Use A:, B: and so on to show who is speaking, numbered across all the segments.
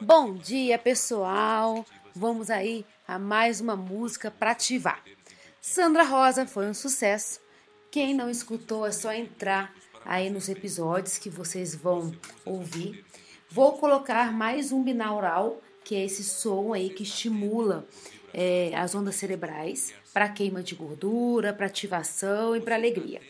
A: Bom dia, pessoal! Vamos aí a mais uma música para ativar. Sandra Rosa foi um sucesso. Quem não escutou é só entrar aí nos episódios que vocês vão ouvir. Vou colocar mais um binaural, que é esse som aí que estimula é, as ondas cerebrais para queima de gordura, para ativação e para alegria.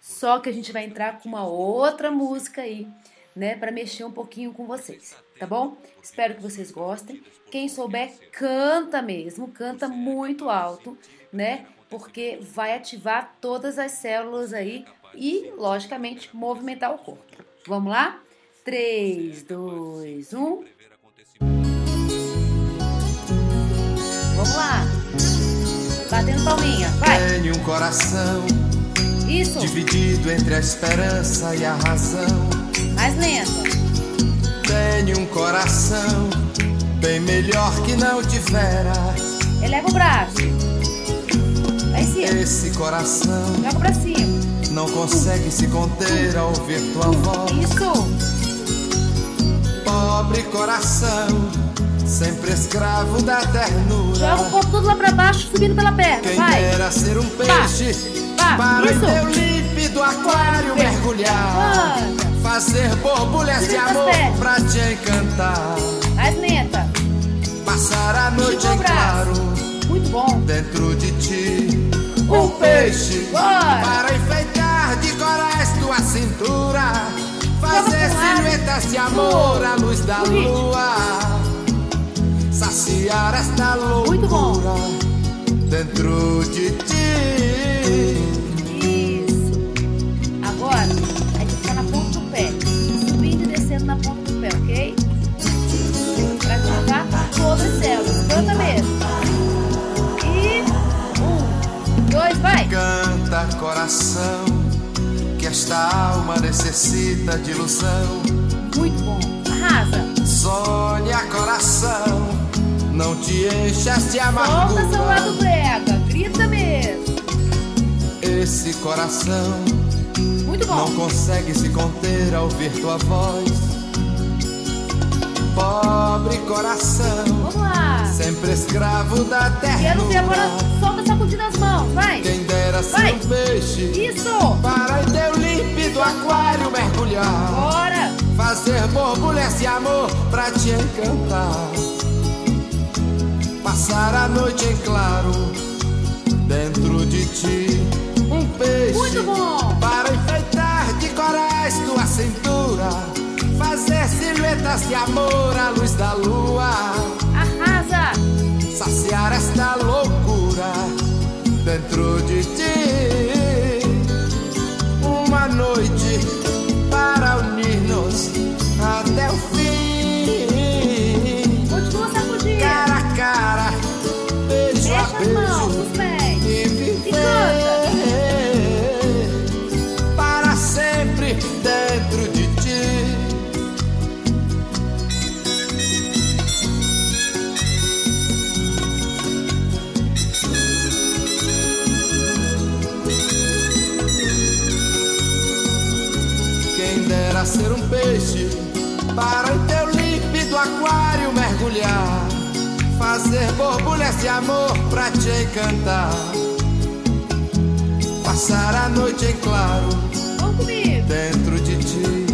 A: Só que a gente vai entrar com uma outra música aí né, para mexer um pouquinho com vocês, tá bom? Espero que vocês gostem. Quem souber, canta mesmo, canta muito alto, né? Porque vai ativar todas as células aí e, logicamente, movimentar o corpo. Vamos lá? um. 3, 2, 1. Vamos lá! Batendo palminha, vai!
B: Tenho um coração
A: Isso!
B: dividido entre a esperança e a razão.
A: Mais lento!
B: Tenho um coração bem melhor que não tivera.
A: Eleva o braço! Vai em cima!
B: Esse coração
A: Joga pra cima!
B: não consegue se conter ao ouvir tua voz.
A: Isso!
B: Pobre coração, sempre escravo da ternura.
A: Joga o corpo todo lá pra baixo, subindo pela perna,
B: Quem
A: vai!
B: dera ser um peixe
A: Pá,
B: para
A: isso.
B: o teu límpido aquário
A: Vai.
B: mergulhar.
A: Anda.
B: Fazer borbulhas de
A: Segura as
B: amor
A: pernas.
B: pra te encantar.
A: Mais lenta!
B: Passar a noite
A: Estica o
B: em
A: braço!
B: claro
A: Muito bom!
B: dentro de ti.
A: Um.
B: Um peixe
A: Bora.
B: para enfeitar de corais tua cintura. Fazer
A: pro lado.
B: silhuetas de amor à luz da
A: No ritmo.
B: lua. Saciar esta
A: Muito bom.
B: loucura dentro de ti.
A: Isso. Agora, a gente fica na ponta do pé. Subindo e descendo na ponta do pé, ok? Pra ativar todas as células. Canta mesmo. E. Um, dois, vai.
B: Canta, coração, que esta alma necessita de ilusão.
A: Muito bom. Arrasa.
B: Sônia, coração, não te enchas de amargura.
A: Volta seu lado brega. Grita mesmo.
B: Esse coração
A: Muito
B: não
A: bom.
B: consegue se conter ao ouvir tua voz. Pobre coração,
A: Vamos lá.
B: sempre escravo da
A: Quero ver agora.
B: ternura.
A: Solta sacudindo as mãos. Vai.
B: Quem dera
A: assim. Vai.
B: ser um peixe
A: Isso.
B: para em teu límpido aquário mergulhar.
A: Bora.
B: Fazer borbulhas de amor pra te encantar. Passar a noite em claro dentro de ti. Um peixe
A: Muito bom.
B: para enfeitar de corais tua cintura. Fazer silhuetas de amor à luz da lua.
A: Arrasa.
B: Saciar esta loucura dentro de ti. Uma noite para unir-nos até o fim.
A: Continua sacudindo.
B: Cara a cara, beijo
A: Deixa
B: a
A: as mãos
B: beijo
A: nos pés.
B: e viver para sempre dentro de ti. Quem dera ser um peixe para em teu límpido aquário mergulhar, fazer borbulhas de amor pra te encantar, passar a noite em claro
A: Vamos comigo.
B: dentro de ti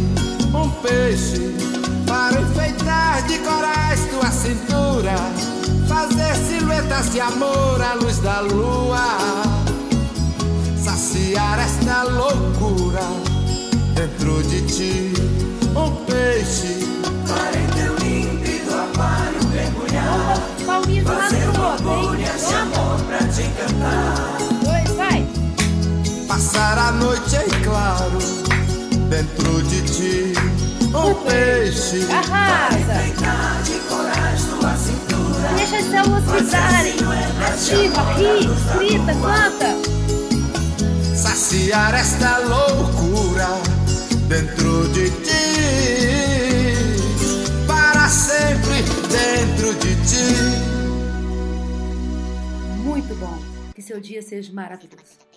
B: um peixe para enfeitar de corais tua cintura, fazer silhuetas de amor à luz da lua, saciar esta loucura dentro de ti um peixe para em teu límpido aquário mergulhar,
A: Palminha do lado do outro, hein?
B: um amor pra te encantar.
A: Um, dois, vai.
B: Passar a noite em claro Dentro de ti Um peixe
A: Arrasa. Deixa as células vibrarem. Ativa, ri, grita, canta.
B: Saciar esta loucura Dentro de ti Para sempre dentro de ti
A: Muito bom. Que seu dia seja maravilhoso.